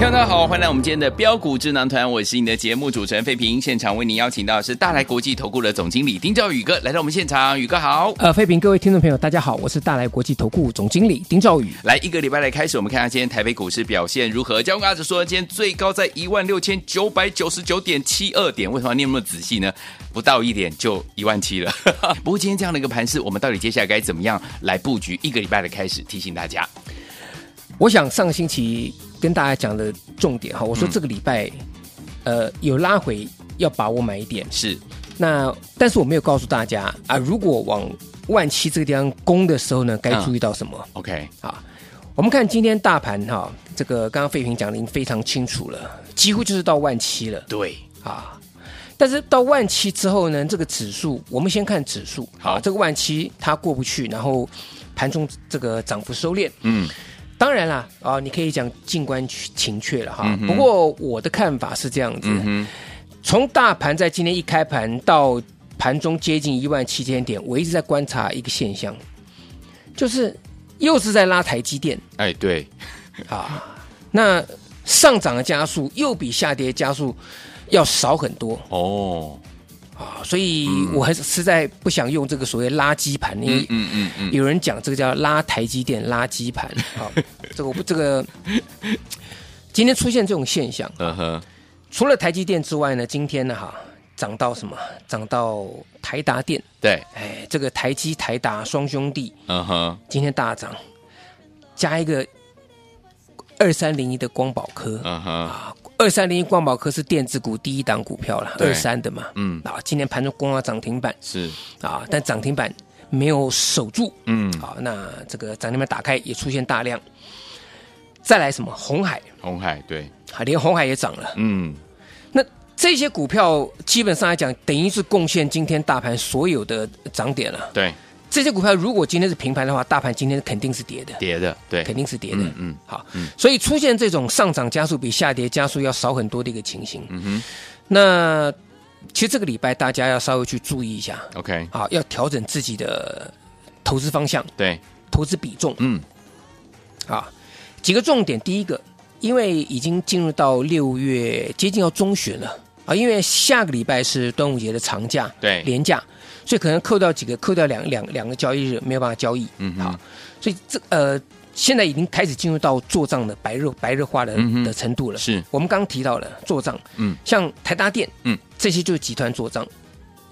听众大家好，欢迎来我们今天的标股智囊团，我是你的节目主持人费平。现场为您邀请到的是大来国际投顾的总经理丁兆宇哥来到我们现场，宇哥好。呃，费平，各位听众朋友，大家好，我是大来国际投顾总经理丁兆宇。来一个礼拜来开始，我们看看今天台北股市表现如何。教官阿子说，今天最高在一万六千九百九十九点七二点，为什么要念那么仔细呢？不到一点就一万七了。 不过今天这样的一个盘势，我们到底接下来该怎么样来布局？一个礼拜的开始，提醒大家，我想上个星期跟大家讲的重点哈，我说嗯这个礼拜、呃有拉回要把握买一点，是那但是我没有告诉大家啊、如果往万七这个地方攻的时候呢，该注意到什么？ OK，啊，我们看今天大盘哈、这个刚刚费平讲的已经非常清楚了，几乎就是到万七了对，啊。但是到万七之后呢，这个指数我们先看指数，啊好这个万七它过不去，然后盘中这个涨幅收敛。嗯，当然啦，啊，你可以讲静观情却了哈。嗯哼不过我的看法是这样子，嗯从大盘在今天一开盘到盘中接近一万七千点，我一直在观察一个现象，就是又是在拉台积电。哼，哎，对，那上涨的加速又比下跌的加速要少很多哦，啊，所以我还是实在不想用这个所谓垃圾盘。嗯你嗯嗯嗯，有人讲这个叫拉台积电垃 圾盘，好，这个我不这个今天出现这种现象，嗯哼，除了台积电之外呢，今天呢哈涨到什么？涨到台达电，对，哎，这个台积台达双兄弟嗯哼，今天大涨，加一个二三零一的光宝科，啊嗯哼，二三零一光宝科是电子股第一档股票了，对二三的嘛，嗯啊，今天盘中攻到涨停板是，啊，但涨停板没有守住嗯，啊，那这个涨停板打开也出现大量，再来什么红海红海对，啊，连红海也涨了，嗯，那这些股票基本上来讲，等于是贡献今天大盘所有的涨点了。对，这些股票如果今天是平盘的话，大盘今天肯定是跌的，跌的，对，肯定是跌的。嗯嗯，好，所以出现这种上涨加速比下跌加速要少很多的一个情形。嗯哼，那其实这个礼拜大家要稍微去注意一下， OK，好，啊要调整自己的投资方向、对，投资比重嗯，啊。几个重点，第一个，因为已经进入到六月，接近要中旬了啊，因为下个礼拜是端午节的长假，对连假，所以可能扣掉几个，扣掉两两两个交易日，没有办法交易。嗯哼好，所以这呃，现在已经开始进入到做账的白热白热化的、嗯哼的程度了。是我们刚刚提到了做账，嗯，像台达电，嗯，这些就是集团做账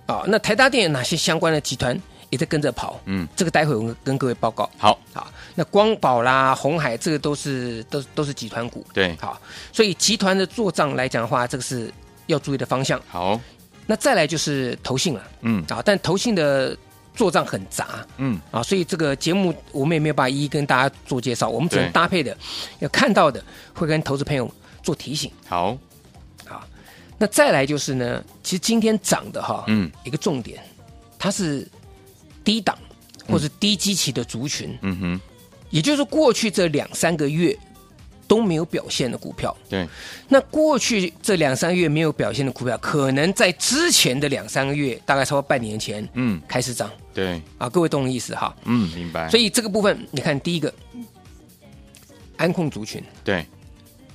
啊。那台达电有哪些相关的集团也在跟着跑？嗯，这个待会我们跟各位报告。好，好，那光宝啦、红海这个都是都都是集团股。对，好，所以集团的做账来讲的话，这个是要注意的方向。好，那再来就是投信了嗯啊，但投信的做账很杂嗯，啊，所以这个节目我们也没有办法一一跟大家做介绍，我们只能对搭配的，要看到的会跟投资朋友做提醒。好，那再来就是呢，其实今天涨的哈，嗯一个重点，它是低档或是低基期的族群，嗯哼，也就是过去这两三个月都没有表现的股票。对，那过去这两三个月没有表现的股票，可能在之前的两三个月，大概超过半年前，嗯开始涨对，啊，各位懂我意思哈。嗯，明白，所以以这个部分，你看第一个，安控族群，对，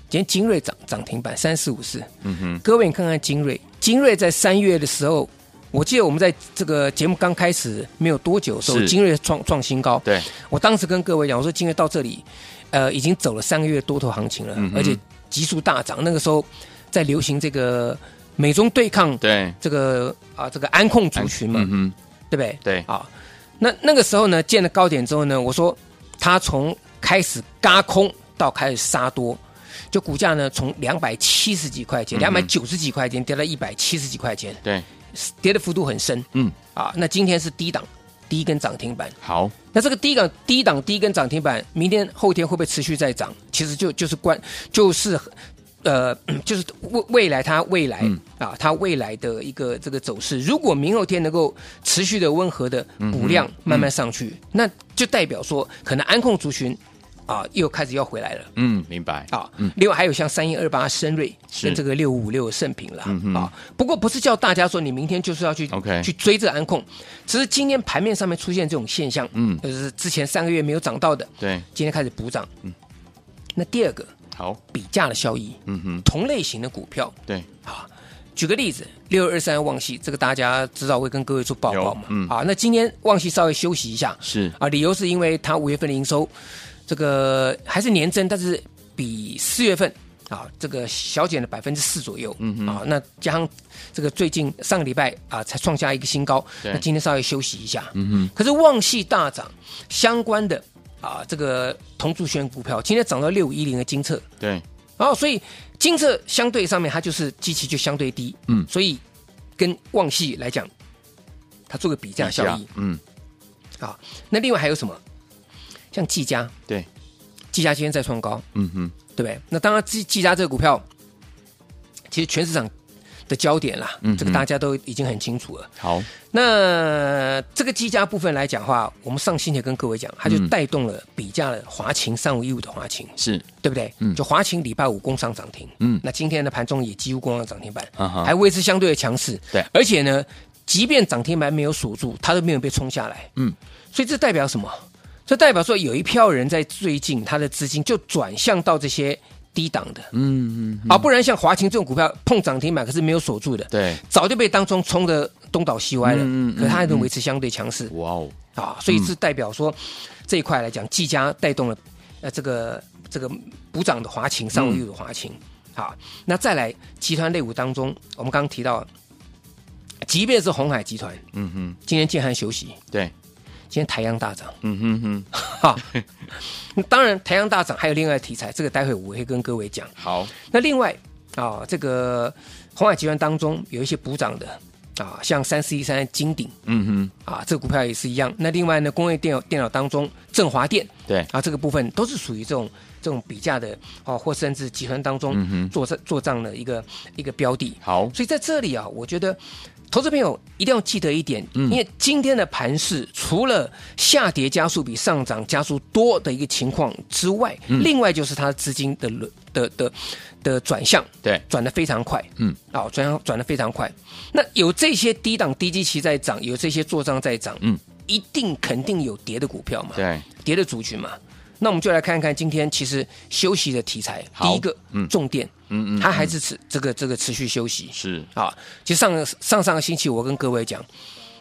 今天精锐涨涨停板三四五四，嗯哼，各位你看看精锐，精锐在三月的时候，我记得我们在这个节目刚开始没有多久的时候，是精锐创创新高，对，我当时跟各位讲，我说今月到这里，呃，已经走了三个月多头行情了，嗯哼而且急速大涨。那个时候在流行这个美中对抗对，这个啊这个安控族群嘛，嗯哼，对不对？对，啊，那那个时候呢，见了高点之后呢，我说它从开始嘎空到开始杀多，就股价呢从两百七十几块钱、两百九十几块钱跌到一百七十几块钱，对，跌的幅度很深嗯，啊。那今天是低档，第一根涨停板。好，那这个低档低档低根涨停板，明天后天会不会持续再涨？其实就就是关就是呃就是未未来它未来、嗯啊它未来的一个这个走势，如果明后天能够持续的温和的补量慢慢上去，那就代表说可能安控族群啊又开始要回来了。嗯，明白，啊，另外还有像三一二八深瑞是跟这个六五六盛品啦嗯哼啊，不过不是叫大家说你明天就是要去 OK 去追这个安控，只是今天盘面上面出现这种现象，嗯就是之前三个月没有涨到的，对，今天开始补涨，嗯，那第二个好，比价的效益，嗯哼，同类型的股票，对，举个例子，六二三旺系这个大家知道会跟各位做报告嘛有，嗯啊，那今天旺系稍微休息一下，是啊，理由是因为它五月份的营收这个还是年增，但是比四月份啊这个小减了百分之四左右，嗯啊，那加上这个最近上个礼拜啊才创下一个新高，对那今天稍微休息一下，嗯哼，可是旺系大涨相关的啊这个同族圈股票今天涨到六一零的金策，对，哦，所以金策相对上面它就是基期就相对低，嗯所以跟旺系来讲，它做个比价效益，嗯，啊。那另外还有什么？像技嘉，对，技嘉今天再创高，嗯哼，对不对？那当然技技嘉这个股票，其实全市场的焦点啦，嗯这个嗯大家都已经很清楚了。好，那这个技嘉部分来讲的话，我们上星期跟各位讲，它就嗯带动了比价的华勤三五一五的华勤，是，对不对？嗯就华勤礼拜五攻上涨停，嗯那今天的盘中也几乎攻上涨停板，啊哈还维持相对的强势，对而且呢，即便涨停板没有锁住，它都没有被冲下来，嗯，所以这代表什么？这代表说有一票人在最近他的资金就转向到这些低档的，嗯嗯，啊，不然像华勤这种股票碰涨停板可是没有锁住的，对，早就被当中冲的东倒西歪了，嗯嗯嗯可它还能维持相对强势，哇哦，啊，所以是代表说、这一块来讲，技嘉带动了呃这个这个补涨的华勤，上午有的华勤。好，那再来集团类股当中，我们刚刚提到，即便是红海集团，嗯哼，今天建汉休息，对，今天台阳大涨，嗯哼哼，哈、当然台阳大涨还有另外的题材，这个待会我会跟各位讲。好，那另外啊、这个红海集团当中有一些补涨的啊、像三四一三金鼎嗯哼，啊，这个股票也是一样。那另外呢，工业电脑电脑当中，振华电对，啊，这个部分都是属于这种这种比价的哦，或甚至集团当嗯中哼做账做账的一个一个标的。好，所以在这里啊，我觉得投资朋友一定要记得一点，嗯因为今天的盘市除了下跌加速比上涨加速多的一个情况之外，嗯另外就是它资金的轮的的的转向对，转得非常快，嗯，啊、转向转得非常快。那有这些低档低基期在涨，有这些做账在涨，嗯，一定肯定有跌的股票嘛，对，跌的族群嘛。那我们就来看看今天其实休息的题材，好第一个、嗯重点，嗯嗯它还是持这个这个持续休息是，啊。其实上上上个星期我跟各位讲，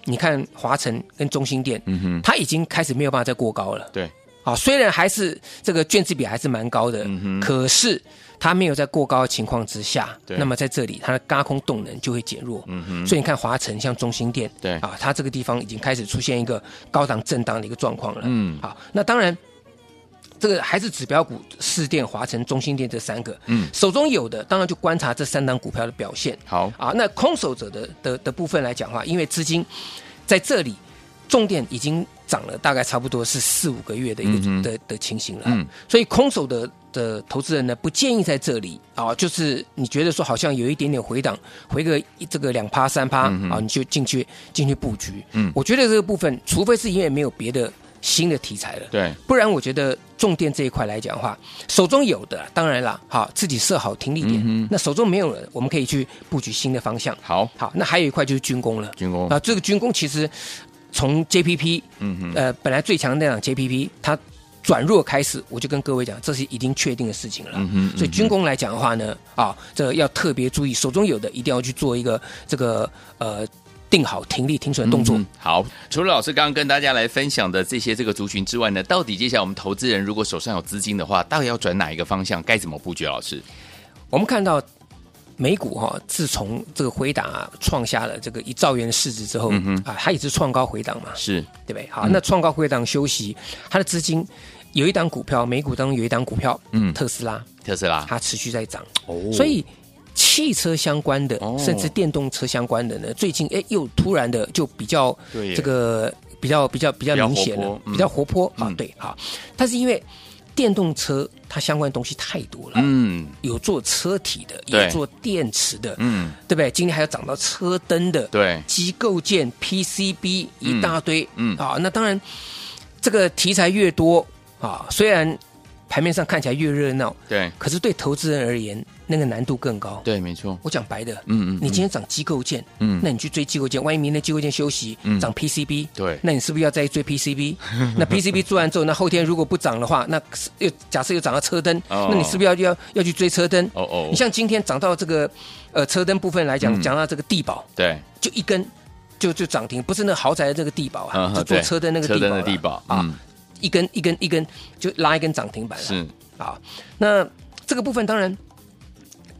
你看华晨跟中兴店，嗯哼，它已经开始没有办法再过高了。对，啊，虽然还是这个卷子比还是蛮高嗯的，可是它没有在过高的情况之下，对嗯那么在这里它的轧空动能就会减弱。所以你看华晨像中心店，对啊，它这个地方已经开始出现一个高档震荡的一个状况了。嗯好，那当然。这个还是指标股，市电、华晨、中心电这三个，嗯手中有的当然就观察这三档股票的表现，好，啊，那空手者的的的部分来讲的话，因为资金在这里重点已经涨了，大概差不多是四五个月的一个、嗯哼的的情形了，嗯所以空手的的投资人呢，不建议在这里啊，就是你觉得说好像有一点点回档，回个一这个两趴三趴嗯哼啊，你就进去进去布局，嗯我觉得这个部分，除非是因为没有别的新的题材了，对，不然我觉得重电这一块来讲的话，手中有的当然啦，好自己设好停利点。嗯哼那手中没有了，我们可以去布局新的方向。好，好，那还有一块就是军工了。军工，啊，这个军工其实从 JPP 哦嗯哼，呃本来最强的那档 JPP 它转弱开始，我就跟各位讲，这是已经确定的事情了。嗯哼，所以军工来讲的话呢，啊，这个要特别注意，手中有的一定要去做一个这个呃定好停利停损动作。嗯好，除了老师刚刚跟大家来分享的这些这个族群之外呢，到底接下来我们投资人如果手上有资金的话，到底要转哪一个方向，该怎么布局？啊老师，我们看到美股哈、自从这个回档啊创下了这个一兆元的市值之后、嗯啊，它也是创高回档嘛，是嗯对不对？好，那创高回档休息，它的资金有一档股票，美股当中有一档股票，嗯特斯拉，特斯拉，它持续在涨，哦所以汽车相关的哦，甚至电动车相关的呢，最近哎又突然的就比较对耶这个比较比较比较比较明活显泼了，嗯比较活泼啊嗯，对好，但是因为电动车它相关的东西太多了，嗯有做车体的，对有做电池的，嗯，对不对？今天还要涨到车灯的，对，机构件、PCB 嗯一大堆，嗯啊，那当然这个题材越多啊，虽然盘面上看起来越热闹，对，可是对投资人而言，那个难度更高。对，没错，我讲白的，嗯嗯嗯你今天涨机构件，嗯那你去追机构件，万一明天机构件休息嗯，涨 PCB，对那你是不是要再 追 PCB？那 PCB 做完之后，那后天如果不涨的话，那是又假设又涨到车灯，哦那你是不是要要要去追车灯？哦哦你像今天涨到这个呃车灯部分来讲，嗯讲到这个地保，对，就一根就就涨停，不是那豪宅的这个地保啊，就做嗯对车灯那个车地保灯的啦地保啊，嗯一根一根一根就拉一根涨停板了。是，啊，那这个部分当然，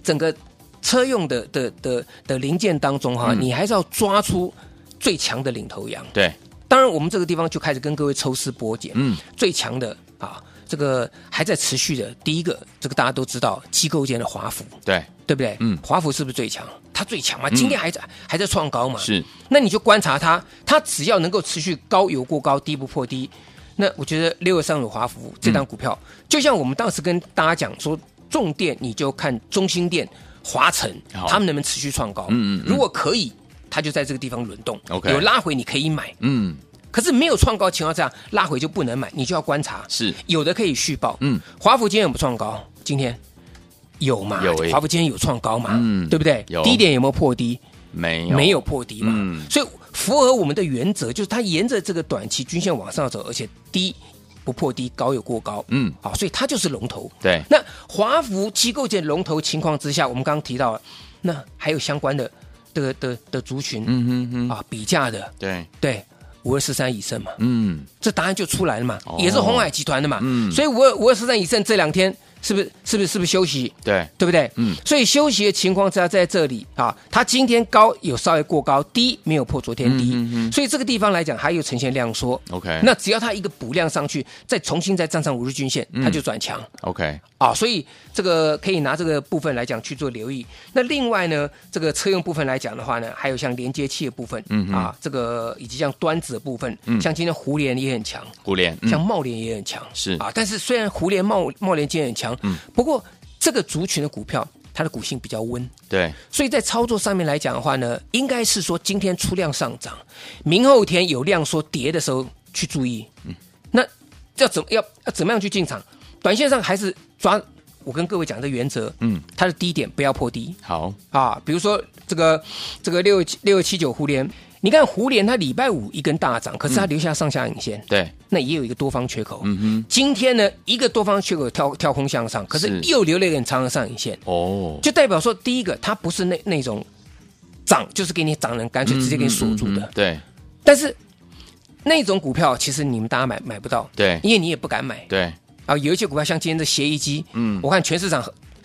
整个车用的的的的零件当中哈、嗯你还是要抓出最强的领头羊。对，当然，我们这个地方就开始跟各位抽丝剥茧，嗯，最强的啊，这个还在持续的。第一个，这个大家都知道，机构间的华孚，对，对不对？嗯华孚是不是最强？它最强嘛，今天还在、还在创高嘛？是，那你就观察它，它只要能够持续高游过高，低不破低，那我觉得六二三五华孚这嗯档股票，就像我们当时跟大家讲说，重点你就看中心店、华晨，好他们能不能持续创高？嗯嗯嗯如果可以，它就在这个地方轮动 OK 有拉回你可以买，嗯，可是没有创高情况下拉回就不能买，你就要观察。是，有的可以续报，嗯，华孚今天有没有创高？今天有嘛？有欸华孚今天有创高嘛？嗯对不对有？低点有没有破低？没有，没有，破底嘛，嗯所以符合我们的原则，就是它沿着这个短期均线往上走，而且低不破低，高有过高，嗯好，所以它就是龙头。对，那华孚机构件龙头情况之下，我们刚刚提到了，那还有相关的的的的族群、嗯哼哼，啊，比价的，对，对，五二四三以上嘛，嗯，这答案就出来了嘛，哦也是红海集团的嘛，嗯所以五二五二四三以上这两天是不是是不是是不是休息？对，对不对？嗯所以休息的情况之下，在这里啊，它今天高有稍微过高，低没有破昨天低，嗯嗯嗯所以这个地方来讲还有呈现量缩。 OK 那只要它一个补量上去，再重新再站上五日均线，嗯它就转强。 ，OK，啊，所以这个可以拿这个部分来讲去做留意。那另外呢，这个车用部分来讲的话呢，还有像连接器的部分，嗯哼嗯啊，这个以及像端子的部分，像今天胡联也很强，互联，嗯像茂联也很强，是啊。但是虽然胡联、茂茂联今天很强，嗯，不过这个族群的股票，它的股性比较温，对，所以在操作上面来讲的话呢，应该是说今天出量上涨，明后天有量说跌的时候去注意。嗯，那要怎么要要怎么样去进场？短线上还是抓我跟各位讲的原则，嗯，它的低点不要破低好，啊。比如说这个这个六六七九互联，你看互联它礼拜五一根大涨，可嗯是它留下上下影线，对，那也有一个多方缺口。嗯哼，今天呢，一个多方缺口跳跳空向上，可是是又留了一个很长的上影线，哦，就代表说，第一个它不是那那种涨，就是给你涨人干脆直接给你锁住的。嗯嗯嗯对，但是那种股票，其实你们大家买买不到，嗯对因为你也不敢买对，啊。有一些股票像今天的协议机，嗯我看全市场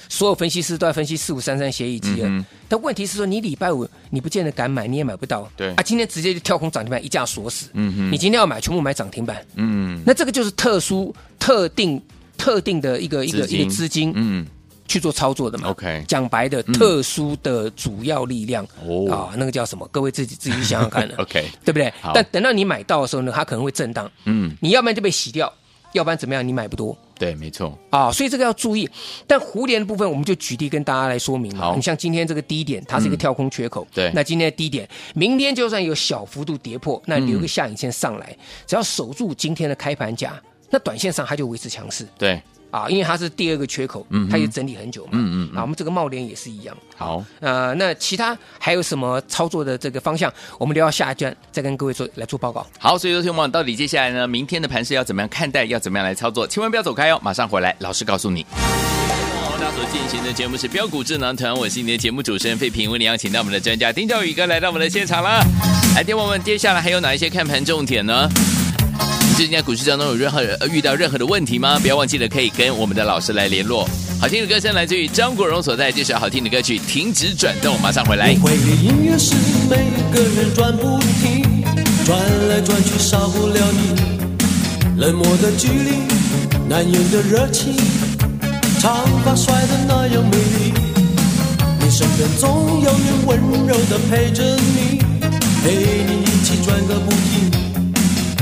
所有分析师都在分析四五三三协议机了。嗯哼但问题是说，你礼拜五你不见得敢买，你也买不到，对啊，今天直接就跳空涨停板一价锁死，嗯哼你今天要买全部买涨停板，嗯，那这个就是特殊特定特定的一个一个资金一个资金，嗯，去做操作的嘛。 OK 讲白的，特殊的主要力量哦啊，那个叫什么？各位自己自己去想想看 了，OK，对不对好？但等到你买到的时候呢，它可能会震荡，嗯，你要不然就被洗掉，要不然怎么样？你买不多。对，没错，啊，所以这个要注意。但胡联的部分，我们就举例跟大家来说明了好。嗯你像今天这个低点，它是一个跳空缺口，对那今天的低点，明天就算有小幅度跌破，那留个下影线上来，只要守住今天的开盘价，那短线上它就维持强势。对，啊，因为它是第二个缺口，嗯哼它也整理很久嘛，嗯嗯啊，我们这个茂联也是一样。好，呃，那其他还有什么操作的这个方向，我们留到下一段再跟各位做来做报告。好，所以说，听我们到底接下来呢，明天的盘势要怎么样看待，要怎么样来操作，千万不要走开哦，马上回来，老师告诉你。大家所进行的节目是标股智囊团，我是你的节目主持人费平，为你邀请到我们的专家丁兆宇哥来到我们的现场了。来，听我们接下来还有哪一些看盘重点呢？最近在股市当中有任何呃遇到任何的问题吗？不要忘记了，可以跟我们的老师来联络。好听的歌声来自于张国荣所带来这首好听的歌曲《停止转动》，马上回来。会的音乐是每个人转不停，转来转去少不了你。冷漠的距离，男人的热情，长发甩得那样美丽。你身边总有人温柔的陪着你，陪你一起转个不停。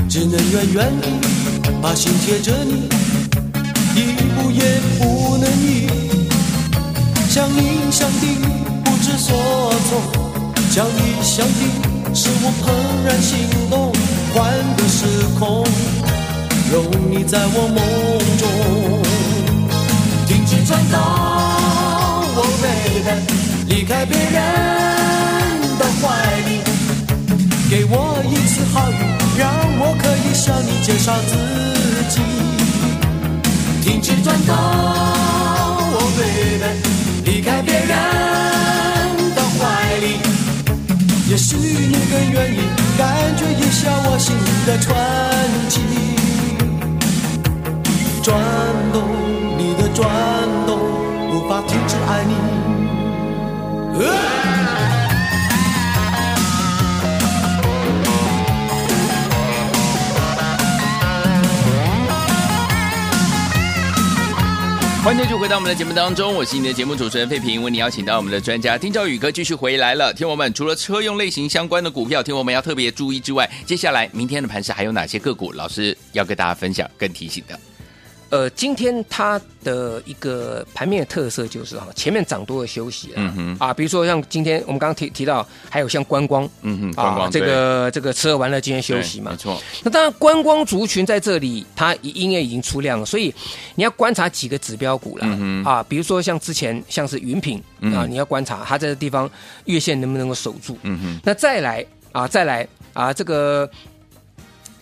只能远远地把心贴着你，一步也不能移。想你想的不知所措，想你想的使我怦然心动，换个时空。容你在我梦中。停止转动，Oh baby，离开别人的怀里，给我一次好运，让我可以向你介绍自己。停止转动，Oh baby，离开别人的怀里，也许你更愿意感觉一下我心里的传奇。转动，你的转动，无法停止爱你。欢迎继续回到我们的节目当中，我是你的节目主持人费平，为你邀请到我们的专家丁兆宇哥继续回来了。听我们，除了车用类型相关的股票，听我们要特别注意之外，接下来明天的盘市还有哪些个股，老师要跟大家分享跟提醒的？呃，今天它的一个盘面的特色就是哈，前面涨多的休息了、嗯啊，比如说像今天我们刚刚提提到，还有像观光，啊嗯哼观光这个这个吃喝玩乐今天休息对嘛没，错，那当然，观光族群在这里，它已因为已经出量了，所以你要观察几个指标股了、嗯啊，比如说像之前像是云品、啊，你要观察它在这地方月线能不能够守住。嗯哼，那再来啊，再来啊，这个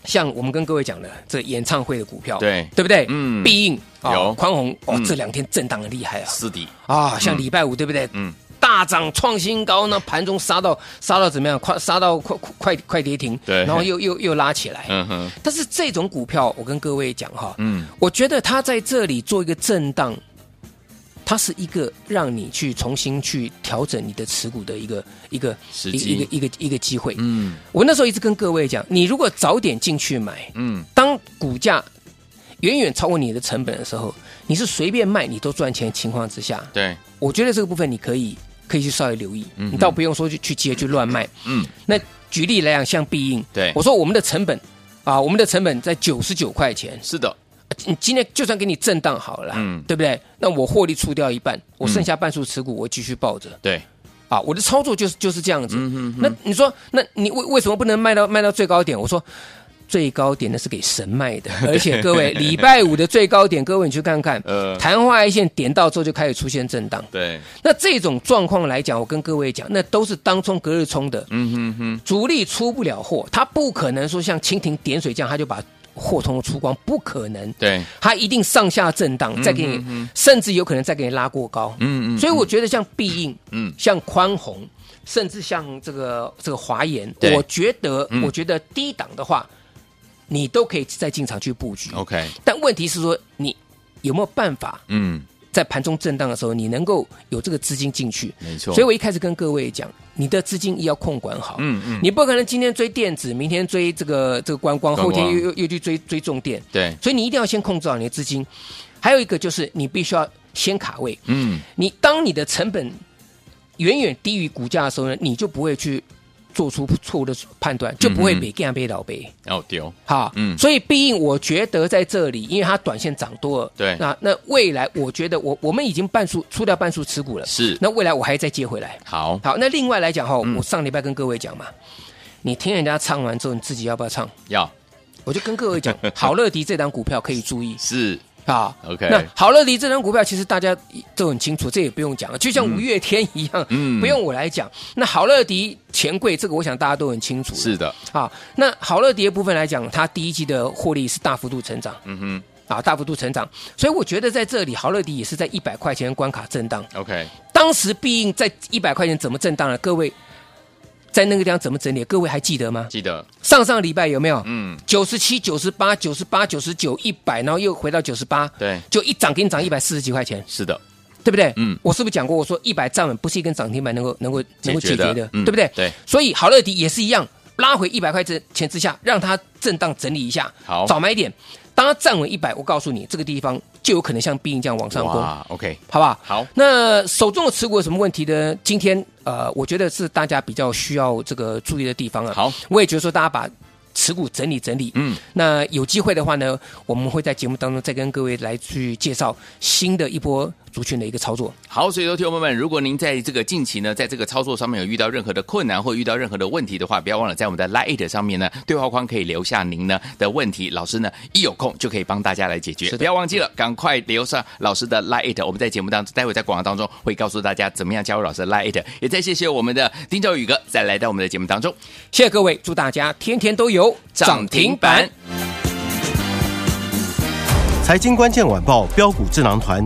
像我们跟各位讲的这演唱会的股票，对对不对？嗯必应有宽宏哦嗯，这两天震荡的厉害啊四底，啊，像礼拜五对不对？嗯大涨创新高，那盘中杀到杀到怎么样？快杀到快快快快跌停，对然后又又又拉起来，嗯哼，但是这种股票，我跟各位讲哈，嗯，我觉得它在这里做一个震荡，它是一个让你去重新去调整你的持股的一个一个时一个机一个一个一个机会。嗯我那时候一直跟各位讲，你如果早点进去买，嗯，当股价远远超过你的成本的时候，你是随便卖你都赚钱的情况之下，对，我觉得这个部分你可以可以去稍微留意，嗯哼你倒不用说去去接去乱卖。嗯，那举例来讲，像必应，对我说我们的成本啊，我们的成本在九十九块钱，是的，你今天就算给你震荡好了啦，嗯对不对？那我获利出掉一半，我剩下半数持股我继续抱着、对，啊，我的操作就是就是这样子。嗯那你说，那你为为什么不能卖到卖到最高点？我说。最高点那是给神 卖的，而且各位，礼拜五的最高点，各位你去看看，呃昙花一现点到之后就开始出现震荡。对，那这种状况来讲，我跟各位讲，那都是当冲隔日冲的，嗯哼哼，主力出不了货，他不可能说像蜻蜓点水这样，他就把货通通出光，不可能。对，嗯它一定上下震荡，再给你，甚至有可能再给你拉过高。嗯嗯所以我觉得像必应，嗯嗯，像宽宏，甚至像这个这个华研，对我觉得，嗯我觉得低档的话，你都可以再进场去布局。 ，OK，但问题是说，你有没有办法嗯，在盘中震荡的时候，你能够有这个资金进去？没错，所以我一开始跟各位讲，你的资金要控管好。嗯嗯，你不可能今天追电子，明天追这个这个观光，观后光天又又又去追追重电，对，所以你一定要先控制好你的资金。还有一个就是你必须要先卡位。嗯，你当你的成本远远低于股价的时候呢，你就不会去做出错误的判断，就不嗯会被干被倒被。要哦丢，哈，嗯所以毕竟我觉得在这里，因为它短线涨多了，对那那未来我觉得我我们已经半数出掉半数持股了，是那未来我还再接回来。好，好，那另外来讲哈，嗯我上礼拜跟各位讲嘛，你听人家唱完之后，你自己要不要唱？要我就跟各 位讲，好乐迪这档股票可以注意是啊。 OK 那好乐迪这张股票其实大家都很清楚，这也不用讲了，就像五月天一样，嗯不用我来讲。那好乐迪钱柜这个，我想大家都很清楚了。是的，啊，那好乐迪的部分来讲，它第一季的获利是大幅度成长嗯啊，大幅度成长。所以我觉得在这里，好乐迪也是在一百块钱关卡震荡。哼，OK，当时必应在一百块钱怎么震荡了？各位在那个地方怎么整理？各位还记得吗？记得，上上礼拜有没有？嗯，九十七、九十八、九十八、九十九、一百，然后又回到九十八，对就一涨给你涨一百四十几块钱，是的，对不对？嗯我是不是讲过？我说一百站稳不是一根涨停板能够能够能够解决解的决的，嗯对不对？对。所以好乐迪也是一样，拉回一百块钱钱之下，让它震荡整理一下，好早买点。当它站稳一百，我告诉你，这个地方就有可能像必应这样往上攻，哇，OK，好不好？好那手中的持股有什么问题呢？今天呃，我觉得是大家比较需要这个注意的地方啊。好，我也觉得说大家把持股整理整理。嗯，那有机会的话呢，我们会在节目当中再跟各位来去介绍新的一波族群的一个操作。好，所以说，听众朋友们，如果您在这个近期呢，在这个操作上面有遇到任何的困难或遇到任何的问题的话，不要忘了在我们的 Lite 上面呢，对话框可以留下您呢的问题，老师呢一有空就可以帮大家来解决。不要忘记了，赶快留上老师的 Lite。我们在节目当中，待会在广告当中会告诉大家怎么样加入老师的 Lite。也再谢谢我们的丁兆宇哥再来到我们的节目当中，谢谢各位，祝大家天天都有。财经关键晚报标股智囊团